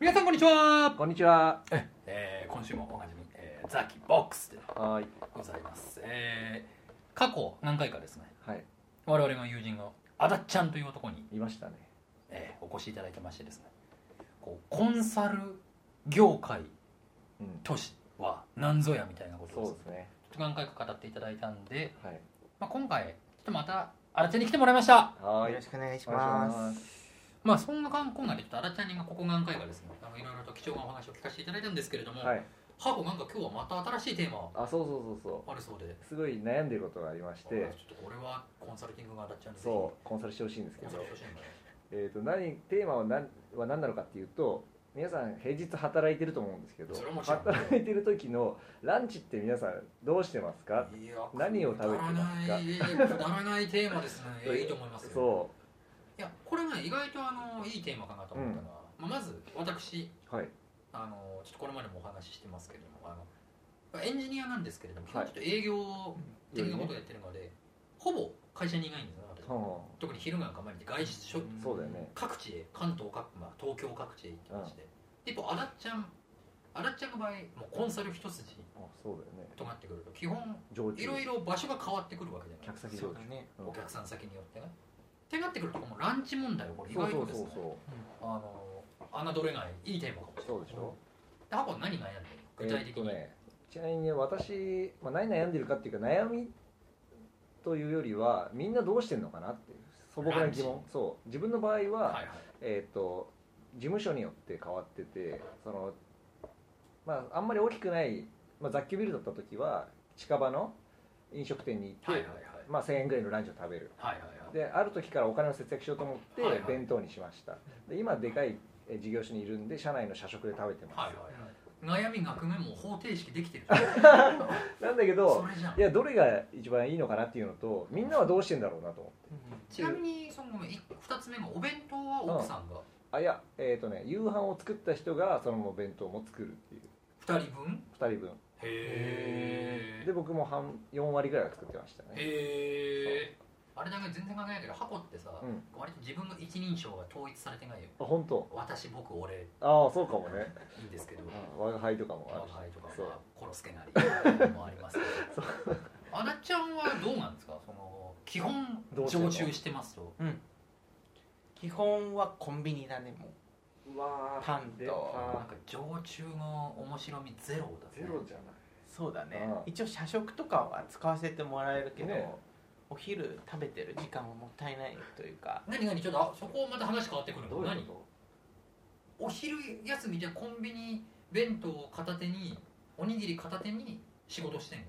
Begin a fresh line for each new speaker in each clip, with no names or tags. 皆さんこんにちは、
こんにちは。
えー今週もおなじみ、えーザキボックスで
はーい。
ございます、えー過去何回かですね
はい。
我々の友人のあだっちゃんという男に、
いましたね。
えーお越しいただいてましてですねこうコンサル業界
うん。
としは何ぞやみたいなことを
そ
ちょ
うですね。
っと何回か語っていただいたんで、
はい。
まあ、今回ちょっとまたあだっちゃんに来てもらいました
はー
よろ
い
し。くお願いし
お願いし
ま。
ますす。
まあそんな観光なでちょっとあらちゃんにここ何回かですねあのいろいろと貴重なお話を聞かせていただいたんですけれども、
はい。
ハコなんか今日はまた新しいテーマ
あ、そうそうそうそ
あるそうで
う。すごい悩んでることがありまし
ちょ
て、
っとこれはコンサルティングがあらちゃんにぜひ
そうコンサルしてほしいんです
コ
け
ン
ど
サ、ルしてほしいんで
えっと何テーマは何は何なのかっていうと。皆さん平日働いてると思うんですけど
それはもちろん
働いてる時のランチって皆さんどうしてますか
いや
何を食べてますか
くだらないくだらないテーマですねいやいいと思いますよ
そ
いやこれね意外とあのいいテーマかなと思ったのは、まあ、まず私
うはい
あのちょっとこれまでもお話ししてますけれどもあのエンジニアなんですけれども基
は
本
い
ちょっと営業的なことをやってるので、ほぼ会社にいないんですね私
はんはん
特に昼間なんか毎日外出しょ
そうだよね
各地へ関東各まあ東京各地へ行ってまして、一方あらっちゃんあらっちゃんの場合もうコンサル一筋
あそうだよね
となってくると基本
常
いろい
駐
ろ場所が変わってくるわけじゃない
客先常
そう
駐
だね。
うん
お客さん先によってねってなってくるともうランチ問題はこれ意
そう
外
そう
とです
そ
ね
うそ
あの侮れないいいテーマかもしれ
う
ない
そうでしょ
でハコは何悩んでる具体的に、
えーっとね、ちなみにね私、まあ、何悩んでるかっていうか悩みというよりはみんなどうしてんのかなっていう素朴な疑
ラン
問そう自分の場合は、
はいはい
えーっと事務所によって変わっててその、まあ、あんまり大きくない、まあ、雑居ビルだった時は近場の飲食店に行って、
はいはいはい
まあ、1000円ぐらいのランチを食べる
はいはいはい
である時からお金を節約しようと思って
はいはい
弁当にしました、で今でかいえー事業所にいるんで社内の社食で食べてます、
はいはい悩み学面も方程式できてるじゃん
なんだけど
それじゃん
いやどれが一番いいのかなっていうのとみんなはどうしてんだろうなと思って
ちなみにそのい二つ目のお弁当は奥さんが
あいやえっ、とね夕飯を作った人がそのまま弁当も作るっていう
二人分
2人分
へ
で僕も半4割ぐらいは作ってましたね
へえあれだけ全然関係ないけど箱ってさ、
うん
割と自分の一人称が統一されてないよ
あ本当
私僕俺
ああそうかもね
いいんですけど
我が輩とかもあるし
若いとか
そう
まあコロスケなりもありますけどあらちゃんはどうなんですかその基本
どうしてん
常
の
駐してますと
基本はコンビニだねも
うわ
う。パン
出
と。
なん
た
か常駐の面白みゼロだね
じゃな
そうだね
ああ。
一応社食とかは使わせてもらえるけど
ね、
お昼食べてる時間はもったいないというか。
何何ちょっとあそこまた話変わってくるの
い
何お昼休みじゃコンビニ弁当を片手におにぎり片手に仕事してんの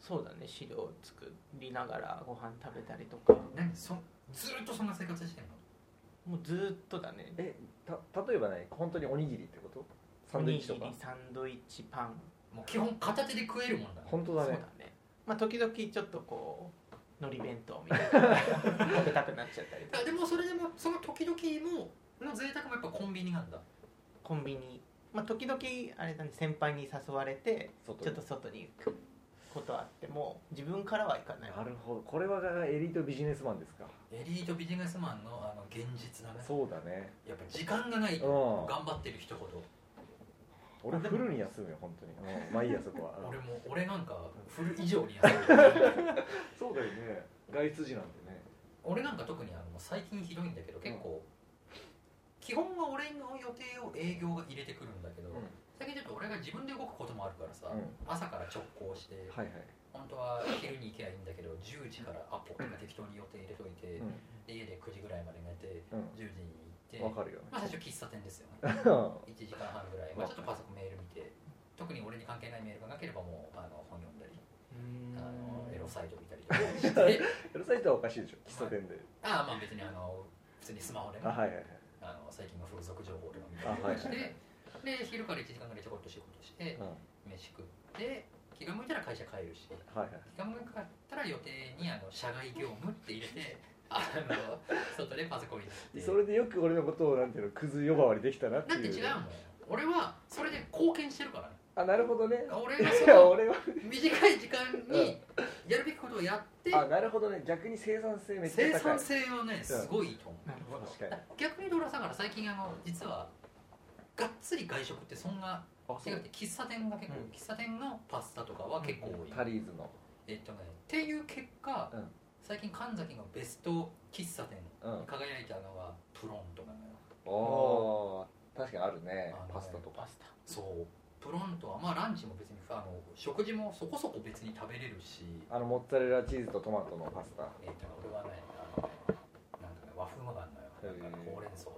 そうだね。資料を作りながらご飯食べたりとか。
何そずーっとそんな生活してんの
もうずーっとだね。
えた例えばね本当におにぎりってことサンドイッチと
おに
か
ぎりサンドイッチパン。
もう基本片手で食えるもんだ
本当
そう
だ
だ
ね
ね。まあ時々ちょっとこう海苔弁当みたい なのが食べたくなっちゃったりとか。
でもそれでもその時々もの贅沢もやっぱコンビニなんだ
コンビニ。まあ時々あれだね先輩に誘われて。
外に
ちょっと外に行くことはあっても自分からは行かない
なるほどこれはエリートビジネスマンですか
エリートビジネスマンのあの現実だね
そうだね
やっぱ時間がない
うん
頑張ってる人ほど
俺フルに休むよ本当にうんまあいいやそこは うん
俺も俺なんかフル以上にやって る
そうだよね外出時なんてね
俺なんか特にあの最近ひどいんだけど結構、基本は俺の予定を営業が入れてくるんだけど、
うん
最近ちょっと俺が自分で動くこともあるからさ、
うん
朝から直行して
はいはい
本当は昼に行けばいいんだけど10時からアポとか適当に予定入れといて、で家で9時ぐらいまで寝て
うん
10時に
うん
行
わ
って、
か るよ
まあ、最初喫茶店ですよね1時間半ぐらい、まあ、ちょっとパソコンメール見て特に俺に関係ないメールがなければもうあの本読んだりあのエロサイト見たりとかして
うるさいとはおかしいでしょ喫茶店で
ああまあ別にあの普通にスマホでね
あはいはいはい
あの最近の風俗情報とか見たりとかして、で昼から1時間ぐらいちょこっと仕事して
うんは
飯食って気が向いたら会社帰るし
いはい
気が向かったら予定にあの社外業務って入れて あの外でパソコンいじって
それでよく俺のことをなんていうのクズ呼ばわりできたなって
だって
いう
違うもん俺はそれで貢献してるからね
あなるほどね
俺が
い
そ
や
の
俺は
短い時間にやるべきことをやって
あなるほどね逆に生産性めっち
生
ゃ高い
産性はねすごいいいと思う
なるほど
確かに
逆にドラさんから最近あの実はがっつり外食ってそんな
あ
違って喫茶店が結構、
うん
喫茶店のパスタとかは結構多い、
タリーズの
えっとねっていう結果、
うん
最近神崎のベスト喫茶店
うん
に輝いたのはプロントなのよ
おー確かにあるね
あのね
パスタとか
スタ
そうプロントはまあランチも別にあの食事もそこそこ別に食べれるし
あのモッツァレラチーズとトマトのパスタ
えっとね俺はねあのねなんかね和風もあんのよなんか
へー
ほうれん草と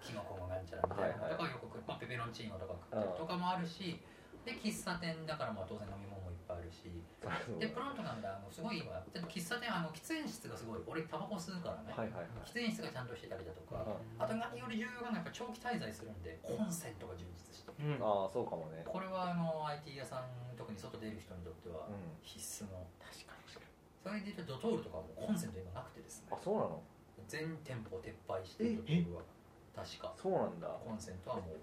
きのこもなんちゃらみたいなのとかよく食う、まあ、ペペロンチーノとか食ったりとかもあるしで喫茶店だからまあ当然飲み物もいっぱいあるしでプロントなんであのすごい今ちょっと喫茶店あの喫煙室がすごい俺タバコ吸うからね、
はいはいはい
喫煙室がちゃんとしてたりだとか、
う
あと何より重要なのはやっぱ長期滞在するんでコンセントが充実してる
うん確か
ああそうかもね
これはあの IT 屋さん特に外出る人にとっては
うん
必須の
に確か
それで言うとドトールとかはもうコンセント今なくてですね
あそうなの
全店舗撤廃して
え
ドトールは確か
そうなんだ
コンセントはもう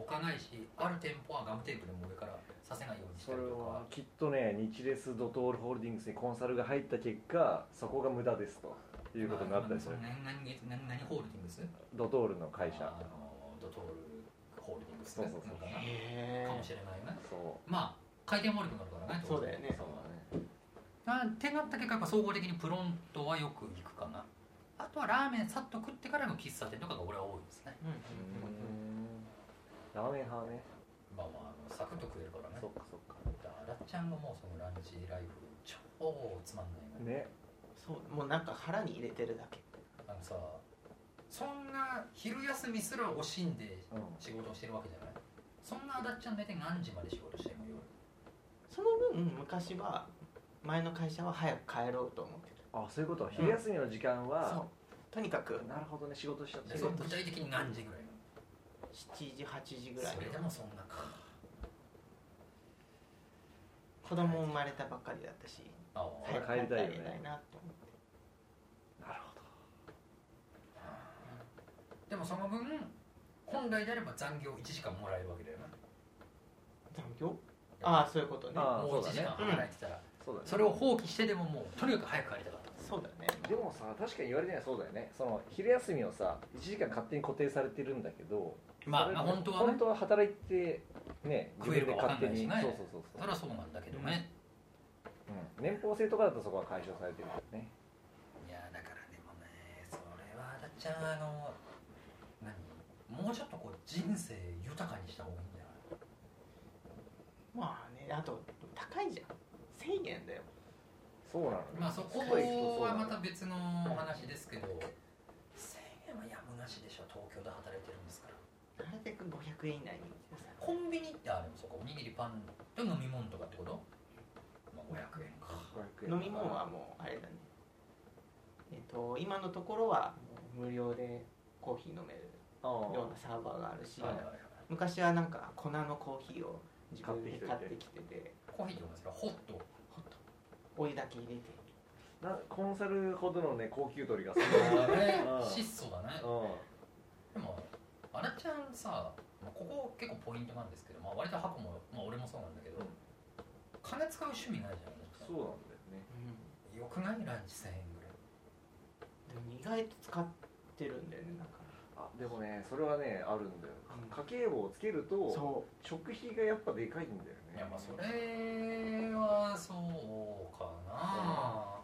置かないしある店舗はガムテープでも上からさせないようにし
そ
た
れ
りと
は
か
きっとね日レスドトールホールディングスにコンサルが入った結果そこが無駄ですということになったりする
まあ今のその何何何ホールディングス
ドトールの会社
あのドトールホールディングス
そうそうそう
なんかな
へ
かもしれないね
そ
まあ回転も悪くなるからね
そうだよ
う
ね
そうだね
あてなった結果やっぱ総合的にプロントはよく行くかなあとはラーメンさっと食ってからの喫茶店とかが俺は多いですね
うんうん
ラーメン派ね
まあまああのサクッと食えるからね
そっかそっか
だからあらっちゃんがもうそのランチライフ超つまんないね
ね
そうもうなんか腹に入れてるだけ
あのさそんな昼休みすら惜しんで
うん
仕事をしてるわけじゃないそんなあだっちゃん大体何時まで仕事してるのよ
その分昔は前の会社は早く帰ろうと思ってる
あそういうこと昼休みの時間
そう
は
とにかく
なるほどね仕事しちゃって
で
る
そう具体的に何時ぐらいな
7時8時ぐ
の
らい
それでもそんなか
子供生まれたばっかりだったし
あ
い
あ
早く帰ってあげたいなと思って
なるほど
でもその分本来であれば残業1時間もらえるわけだよな
残業ああそういうことね
あー
もう
そ
1
う
時
だね
間働いてたら
そうだね
それを放棄してでももうとにかく早く帰りたかった
そうだね
でもさ確かに言われてみればそうだよねその昼休みをさ1時間勝手に固定されてるんだけど
まあ
それ
まあ本当はね
本当は働いてね
食えるかわかんないしね
そうそうそう
そ
そう
りゃそうなんだけどね、
うん年俸制とかだとそこは解消されてるよね
いやだからでもねそれはだっちゃんあの何もうちょっとこう人生豊かにした方がいいんじゃない
まあねあと高いじゃん1000円だよ
そうなのよ
まあそこ
そうそうそう
はまた別の話ですけど1000円はやむなしでしょ東京で働いてるんですから
なるべく500円以内に
コンビニってあるのそこおにぎりパンと飲み物とかってこと、まあ、500円か
500円
飲み物はもうあれだねえっと今のところはもう無料でコーヒー飲める
ああ
ようなサーバーがあるし
はいはいはい
昔はなんか粉のコーヒーを自分で買ってきてて
コーヒーってことですかホット
ほっとお湯だけ入れて
なコンサルほどのね高級鳥がそんな
そうだね
うん
質素だねでもあらちゃんさまあここ結構ポイントなんですけど、まあ、割と箱も、まあ、俺もそうなんだけど
うん
金使う趣味ないじゃないですか
そうなんだよね
よくないランチ1000円ぐらい
でも意外と使ってるんだよねなんか
あでもねそれはねあるんだよ
うん
家計簿をつけると
そ
食費がやっぱでかいんだよね
いやまあそれはそうかな、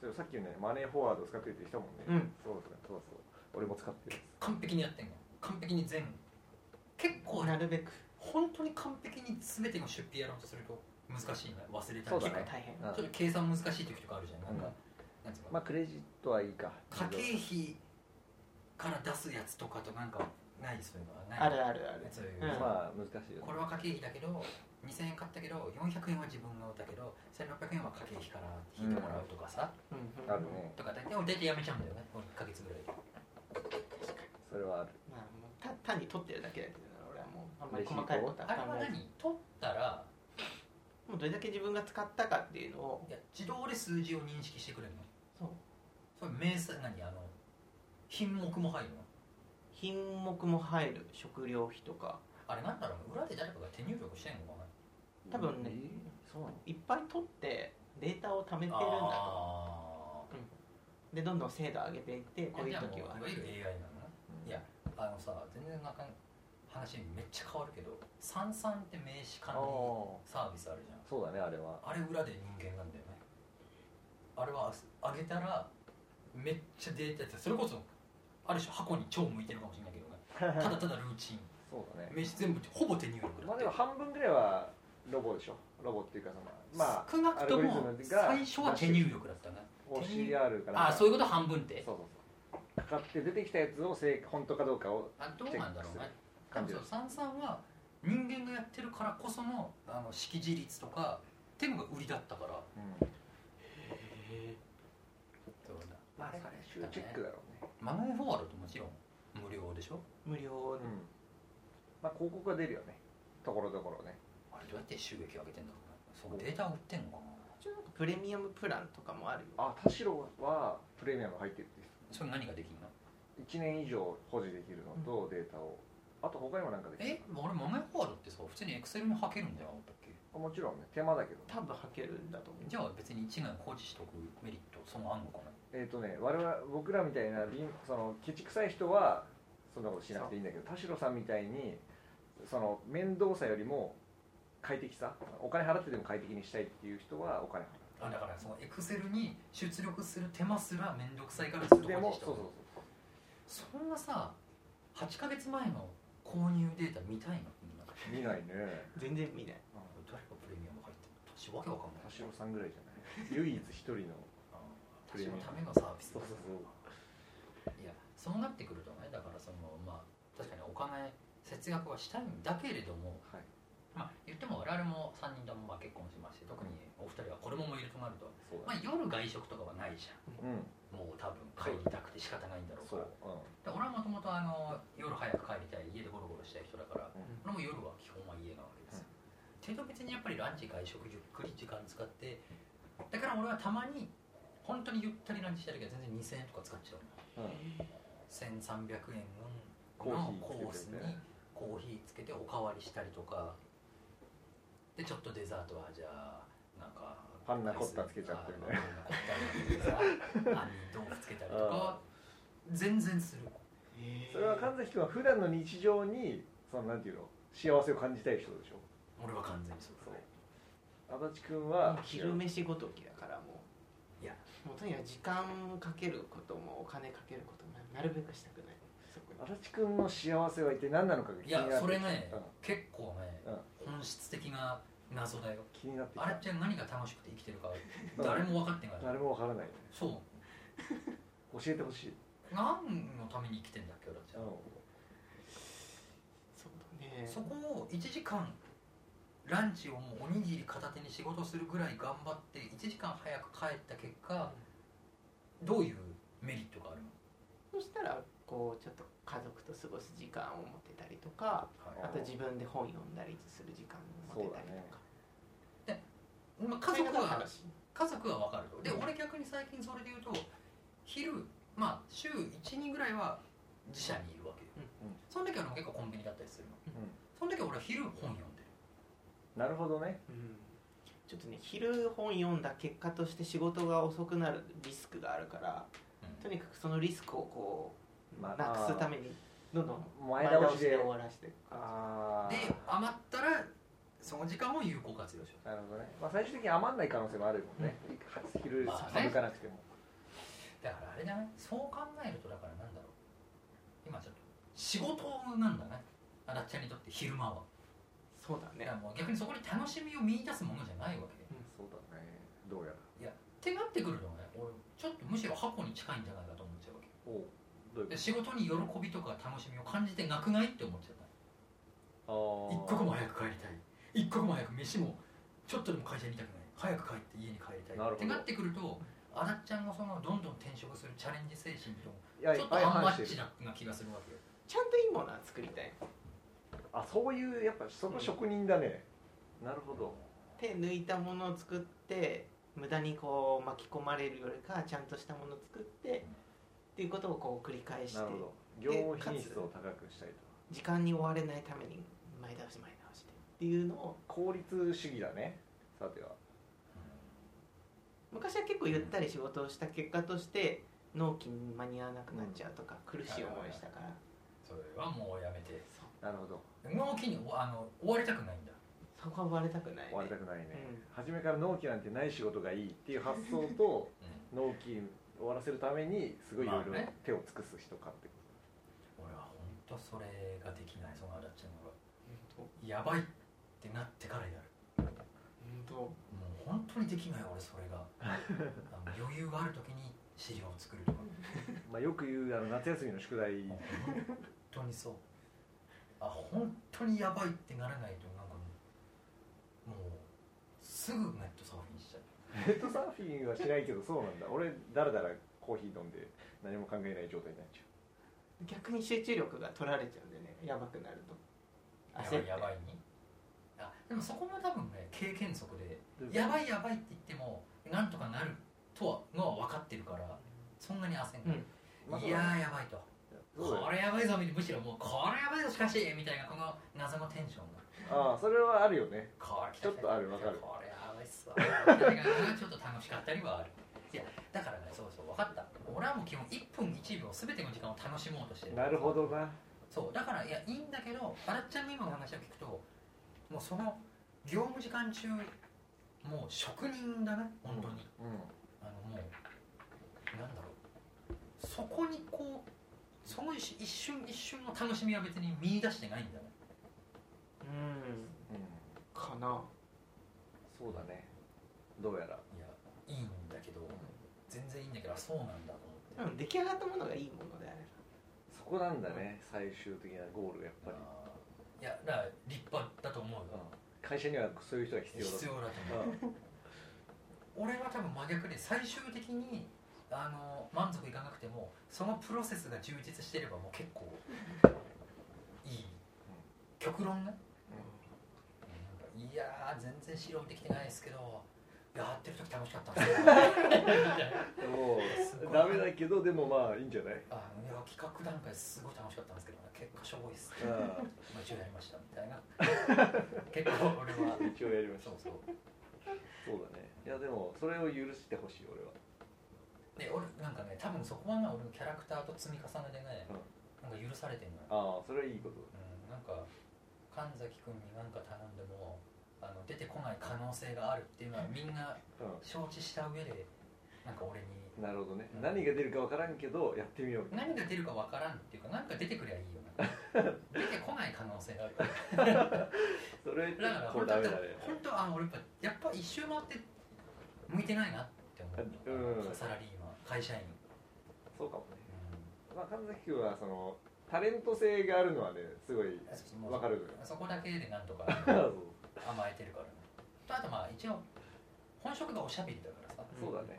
それさっきのねマネーフォワード使ってるって人もね、
うん
そうですねそうそう俺も使ってる
完璧にやってんの完璧に全結構
うなるべく
本当に完璧に全ての出費やろうとすると難しいね忘れた
そ
り
う
と
だね
か、
結構大変
うん
ちょっと計算難しい時とかあるじゃんなんか、
うん
なんつうの
まあクレジットはいいか
家計費から出すやつとかとなんかないそういうのはない
あるあるある
そういう、
うん
まあ難しいよね
これは家計費だけど2000円買ったけど400円は自分のだけど1600円は家計費から引いてもらうとかさ、
うんうん
あるね
とか大体俺大体やめちゃうんだよね1ヶ月ぐらいで
それはある
まあもうた単に取ってるだけだけどな俺はもうあんま
レ
り
シート
細かいこと
あ
は考
れは
えず
何取ったら
もうどれだけ自分が使ったかっていうのを
いや自動で数字を認識してくれるの
そう
それ明細何あの品目も入るの
品目も入る食料費とか
あれなんだろうね裏で誰かが手入力してんのかな
多分ね
えーそうなの
いっぱい取ってデータを貯めてるんだと
あ
でどんどん精度上げていって
ー
こういう
じゃあも
時はい
わゆる AI なのねいやあのさ全然然なんか話めっちゃ変わるけど「三三」って名刺
あ
管
あ
理サービスあるじゃん
そうだねあれは
あれ裏で人間なんだよねあれはあげたらめっちゃデータってそれこそある種箱に超向いてるかもしれないけどね ただただルーチン
そうだね
名刺全部ほぼ手入力だって
まあでも半分ぐらいはロボでしょロボっていうかそのま
少なくと
アルゴ
も
リズムが
最初は手入力だったね
あ OCR かなんか
あそういうこと半分って
そうそうそうかかって出てきたやつを正本当かどうかを
あどうなんだろうねで
感
も
じ
そ
る
の三三は人間がやってるからこそのあの識字率とかっていうのが売りだったから
うん
そうだ
まああれはね集チェックだろうね
マンフォワードともちろん無料でしょ
無料
うんまあ広告が出るよねところどころね
あれどうやって収益上げてんだろうねそのデータ売ってんのかな
ちょっとなんかプレミアムプランとかもあるよ
あ田代はプレミアム入ってるって
それ何ができんの
1年以上保持できるのとデータを、あと他にもなんかできる
えあれマンフォワードってさ普通にエクセルに履けるんじゃなかったっけ
あもちろんね手間だけど
多分履けるんだと思う
じゃあ別に1年放置しとくメリットそのあんのかな
えっ、とね我々僕らみたいな貧そのケチくさい人はそんなことしなくていいんだけど田代さんみたいにその面倒さよりも快適さお金払ってでも快適にしたいっていう人はお金払
あだからそのエクセルに出力する手間すら面倒くさいからずっ
う
と
で
放
も
置し
そう
と
そ
く
うそう
そんなさ8ヶ月前の購入データ見たいのみんな
見ないね
全然見ない
誰がプレミアム入ってるの私わけわかんない
田代さんぐらいじゃない唯一一人の
あ
プ
私
レミア
のための
ム
サービス
そうそうそう
いやそうなってくるとねだからそのまあ確かにお金節約はしたいんだけれども
はい
まあ言っても我々も3人ともまあ結婚しまして特にお二人は子供もいるとなると、
そうだ
まあ
ね、、
夜外食とかはないじゃん
うん
もう多分帰りたくて仕方ないんだろう
そ
か
う
らで俺はもともとあの夜早く帰りたい家でゴロゴロしたい人だから、
うん
俺も夜は基本は家なわけですよ、程度別にやっぱりランチ外食ゆっくり時間使ってだから俺はたまに本当にゆったりランチした時は全然2000円とか使っちゃうの
うん、うん、
1300円分
コーヒ
の
ー
コースにコーヒーつけておかわりしたりとかでちょっとデザートはじゃあなんか
パンナコッタつけちゃってみたい
なパンナコッタつけて さあんに豆腐つけたりとかは全然する
それは神崎君は普段の日常にそのなんていうの幸せを感じたい人でしょ
俺は完全にそうだね
そう足立君
も
は
う昼飯ごときだからもう
いや
もうとにかく時間かけることもお金かけることもなるべくしたくないそこに
足立君の幸せは一体何なのかが気
い
になっ
や
て
それね、
うん
結構ね、本質的な謎だよ
気になってき
あれったて何が楽しくて生きてるか
うん
誰も分かってない、
誰もわからない
そ
教えてほしい、
う何のために生きてんだっけ俺たちは
そうだね
そこを1時間ランチをもうおにぎり片手に仕事するぐらい頑張って1時間早く帰った結果どういうメリットがあるの、
そしたらこうちょっと家族と過ごす時間を持てたりとかあと自分で本読んだりする時間を持てたりとか、
まあ、家族
そういうのが
は
楽しい
家族は分かるとで俺逆に最近それで言うと昼まあ週12ぐらいは自社にいるわけよ、
うんうん
その時はでも結構コンビニだったりするの
うん
その時は俺は昼本読んでる
なるほどね
うんちょっとね昼本読んだ結果として仕事が遅くなるリスクがあるからとにかくそのリスクをこう、
まあ
なくすためにどんどん
前倒しで
前終わらせていく感じ
ああ
で余ったらその時間を有効活用しよ
なるほどね、まあ、最終的に余んない可能性もあるもんね、昼
まあね
省かなくても、
うだからあれだねそう考えるとだからなんだろう今ちょっと仕事なんだねあらっちゃんにとって昼間は、
そうだ
い
ね
やもう逆にそこに楽しみを見出すものじゃないわけで
そうだねどうやら
ってなってくるとね俺ちょっとむしろ箱に近いんじゃないかと思っちゃうわけ
おうどういう
で仕事に喜びとか楽しみを感じてなくないって思っちゃう
こ
一
と
刻も早く帰りたい一刻も早く飯もちょっとでも会社にいたくない早く帰って家に帰りたい
な
っ
るほど
てなってくるとあだっちゃんがそのどんどん転職するチャレンジ精神と
いやい
ちょっ
っ
と
ぱい
アンマッ
話し
チ
てる
なな気がするわけよ
ちゃんといいものは作りたい
あそういうやっぱその職人だね、なるほど
手抜いたものを作って無駄にこう巻き込まれるよりかちゃんとしたものを作ってっていうことをこう繰り返して
なるほど業務品質を高くしたいと
時間に追われないために前倒し前倒してっていうのを
効率主義だねさては
昔は結構ゆったり仕事をした結果として納期に間に合わなくなっちゃうとか苦しい思いしたから
それはもうやめて
なるほど
納期にあの追われたくないんだ
そこは割れたくない、ね、
終わりたくないね、初めから納期なんてない仕事がいいっていう発想 と納期終わらせるためにすごいいろいろ
まあね
手を尽くす人かってこ
俺は本当それができないそのアダッチのが
本
やばいってなってからやる
当本
もう本当にできない俺それがあの余裕がある時に資料を作るとか
と、まあ、よく言うあの夏休みの宿題
もう本当にそうあ本当にやばいってならないとなんかもうもうすぐネットサーフィンしちゃう
ネットサーフィンはしないけどそうなんだ俺だらだらコーヒー飲んで何も考えない状態になっちゃ
当逆に集中力が取られちゃうんでねやばくなると
や
焦
ば
っ
い
て
やばいにあでもそこも多分ね経験則で
う
やばいやばいって言ってもなんとかなるとはのは分かってるからそんなに焦んない、
まあ
いやーやばいと
そうだよ
これやばいぞみむしろもうこれやばいぞしかしみたいなこの謎のテンションが
ああそれはあるよね
これ
ちょっとあるわかる
これやばいっすわそれがちょっと楽しかったりはあるいやだからねそうそう分かった俺はもう基本1分1秒全ての時間を楽しもうとしてる
なるほどな
そうだからいやいいんだけどあらっちゃんの今の話を聞くともうその業務時間中もう職人だな本当に、
う
あのもうなんだろうそこにこうその一一瞬一瞬の楽しみは別に見出してないんだね
うん
ん、うん、
かな
そうだねどうやら
いやいいんだけど全然いいんだけどあそうなんだと
で
思って、
も出来上がったものがいいものであれ
そこなんだね最終的なゴールがやっぱり、
あーいやだから立派だと思うよ
うん、会社にはそういう人が必要だ
必要だと思う
うん
俺は多分真逆で最終的にあの満足いかなくてもそのプロセスが充実してればもう結構いい極論ねいやー全然資料できてないですけどやってる時楽しかったん ですよ
でも
すごい
ダメだけどでもまあいいんじゃない
あのいや企画段階すごい楽しかったんですけど、ね、結果しょぼいっす
う
まあ一応やりましたみた いな結構俺は
ん一応やりました
そうそう
そうだねいやでもそれを許してほしい俺は
で俺なんかね多分そこはね俺のキャラクターと積み重ねでね、
うん
なんか許されてんのよ
ああそれはいいこと
うん、なんか神崎君に何か頼んでもあの出てこない可能性があるっていうのはみんな
だ、
承知した上でなんか俺に
うん、なるほどね、
うん
何が出るかわからんけどやってみようみたい
何が出るかわからんっていうか何か出てくりゃいいよな 出てこない可能性があるだ
なそれ
から
こ
本当
れダ
は
メだね
本当はあの俺やっぱやっぱ一周回って向いてないなって思う、
うん
サラリーマン会社員、
そうかもね、まあ、神崎君はそのタレント性があるのはねすごい
うん
わかる
そこだけでなんとか
のよ
甘えてるからねあとまあ一応本職がおしゃべりだからさ
そうそうだね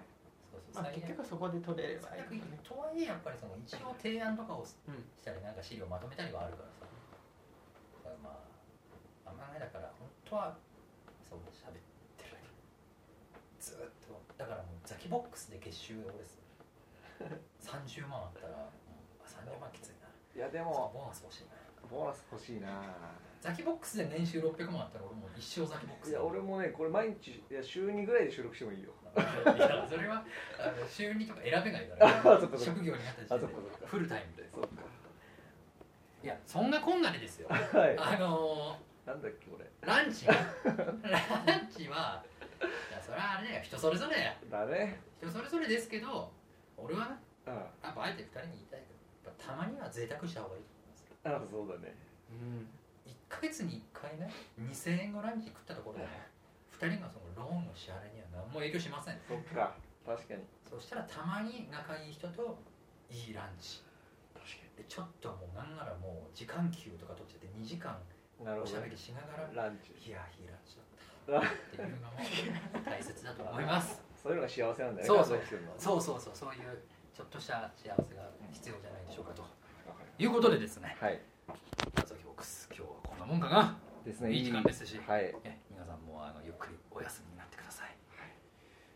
そうそう
ま
最
あ結
悪
局そこで取れればい
最
い
悪
もんね
とはいえやっぱりその一応提案とかをし
うん
たりなんか資料まとめたりはあるからさだからまああんまりだから本当はそう喋ってるだけずーっとだからもうザキボックスで月収 俺す30万あったらもうあ30万きついない
やで
そう
も
ボーナス欲しいな
ボーナス欲しいな
ザキボックスで年収600万あったら俺もう一生ザキボック
い
スだ
や俺もねこれ毎日いや週2ぐらいで収録してもいいよ
いやそれはあの週2とか選べない から
そっかそっか
職業になった時
あ
点
そ
で
っかそっか
フルタイムで
そう
いやそんなこんなでですよ
かはい
あの
なんだっけこれ
ー、ランチランチはいやそれはあれだよ人それぞれだよ
だね
人それぞれですけど俺はね
うんあ
やっぱあえて2人に言いたいけどやっぱたまには贅沢した方がいいと思いますよ
そうだね
うん
1ヶ月に1回ね2000円のランチ食ったところでね2人のそのローンの支払いには何も影響しません
そっか確かに
そしたらたまに仲いい人といいランチ
確
で
か
ちょっともうなんならもう時間給とか取っちゃって2時間
になる
お
ほ
しゃ
ど
べ
ね
りしながら
ランチ
ヒヤヒヤしちゃったっていうのも大切だと思います
そういうのが幸せなんだよね
そうそう
神崎君の
そうそうそうそういうちょっとした幸せが必要じゃないでしょうかと
わかり
いうことでですね
ましたはい
謎ボックス今日はこんなもんかな
ですね
いい時間ですし
はい
え皆さんもあのゆっくりお休みになってください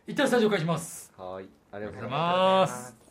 一旦スタジオ返します
はいあり
あ
がとうございます
ま
ありがとうございます